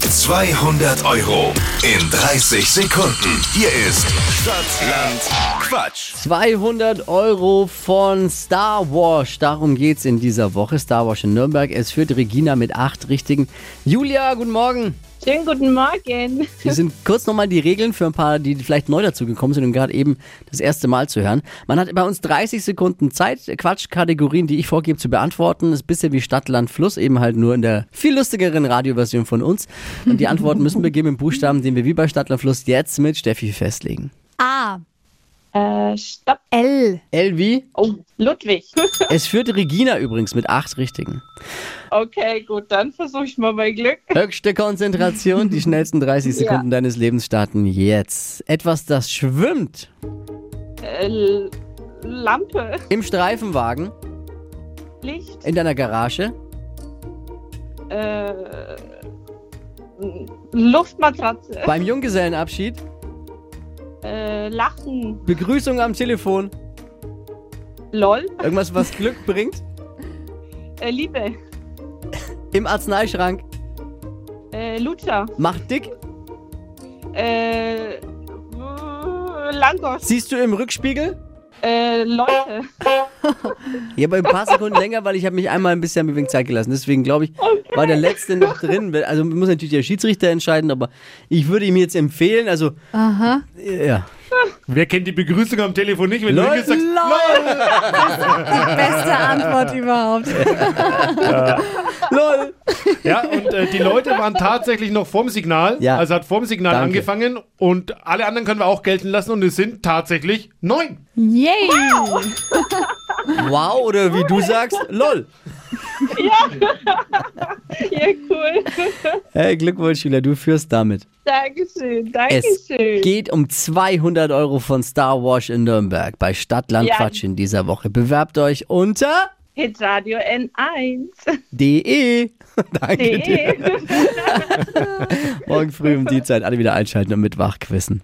200 Euro in 30 Sekunden. Hier ist Stadtland Quatsch. 200 Euro von Star Wars. Darum geht's in dieser Woche. Star Wars in Nürnberg. Es führt Regina mit acht richtigen. Julia, guten Morgen. Schönen guten Morgen. Hier sind kurz nochmal die Regeln für ein paar, die vielleicht neu dazugekommen sind und gerade eben das erste Mal zu hören. Man hat bei uns 30 Sekunden Zeit, Quatschkategorien, die ich vorgebe, zu beantworten. Das ist ein bisschen wie Stadt, Land, Fluss, eben halt nur in der viel lustigeren Radioversion von uns. Und die Antworten müssen wir geben im Buchstaben, den wir wie bei Stadt, Land, Fluss jetzt mit Steffi festlegen. A. Äh, stopp. L. Elvi, Oh, Ludwig. es führt Regina übrigens mit acht richtigen. Okay, gut, dann versuche ich mal mein Glück. Höchste Konzentration, die schnellsten 30 Sekunden deines Lebens starten jetzt. Etwas, das schwimmt Äh, L- Lampe, im Streifenwagen, Licht, in deiner Garage, äh, Luftmatratze, beim Junggesellenabschied, äh, Lachen, Begrüßung am Telefon, LOL, irgendwas, was Glück bringt, äh, Liebe, im Arzneischrank, äh, Lutscher, macht dick, äh, äh, Langosch, siehst du im Rückspiegel? äh, Leute. Ja, aber ein paar Sekunden länger, weil ich habe mich einmal ein bisschen bewegt Zeit gelassen. Deswegen glaube ich, war der letzte noch drin. Also muss natürlich der Schiedsrichter entscheiden, aber ich würde ihm jetzt empfehlen, also Aha. ja. Wer kennt die Begrüßung am Telefon nicht, wenn du Leute, hingehst und sagst, lol, Beste Antwort überhaupt. lol. ja, und äh, die Leute waren tatsächlich noch vorm Signal, Ja. also hat vorm Signal Danke. angefangen und alle anderen können wir auch gelten lassen und es sind tatsächlich neun. Yay. Wow, oder wie du sagst, lol. Ja, cool. Hey, Glückwunsch, Schüler, du führst damit. Dankeschön, Es Dankeschön. geht um 200 Euro von Star Wars in Nürnberg bei Stadtland Ja. Quatsch in dieser Woche. Bewerbt euch unter Hitradio N1. de. Danke dir. Nee. Morgen früh um die Zeit alle wieder einschalten und mit wachquissen.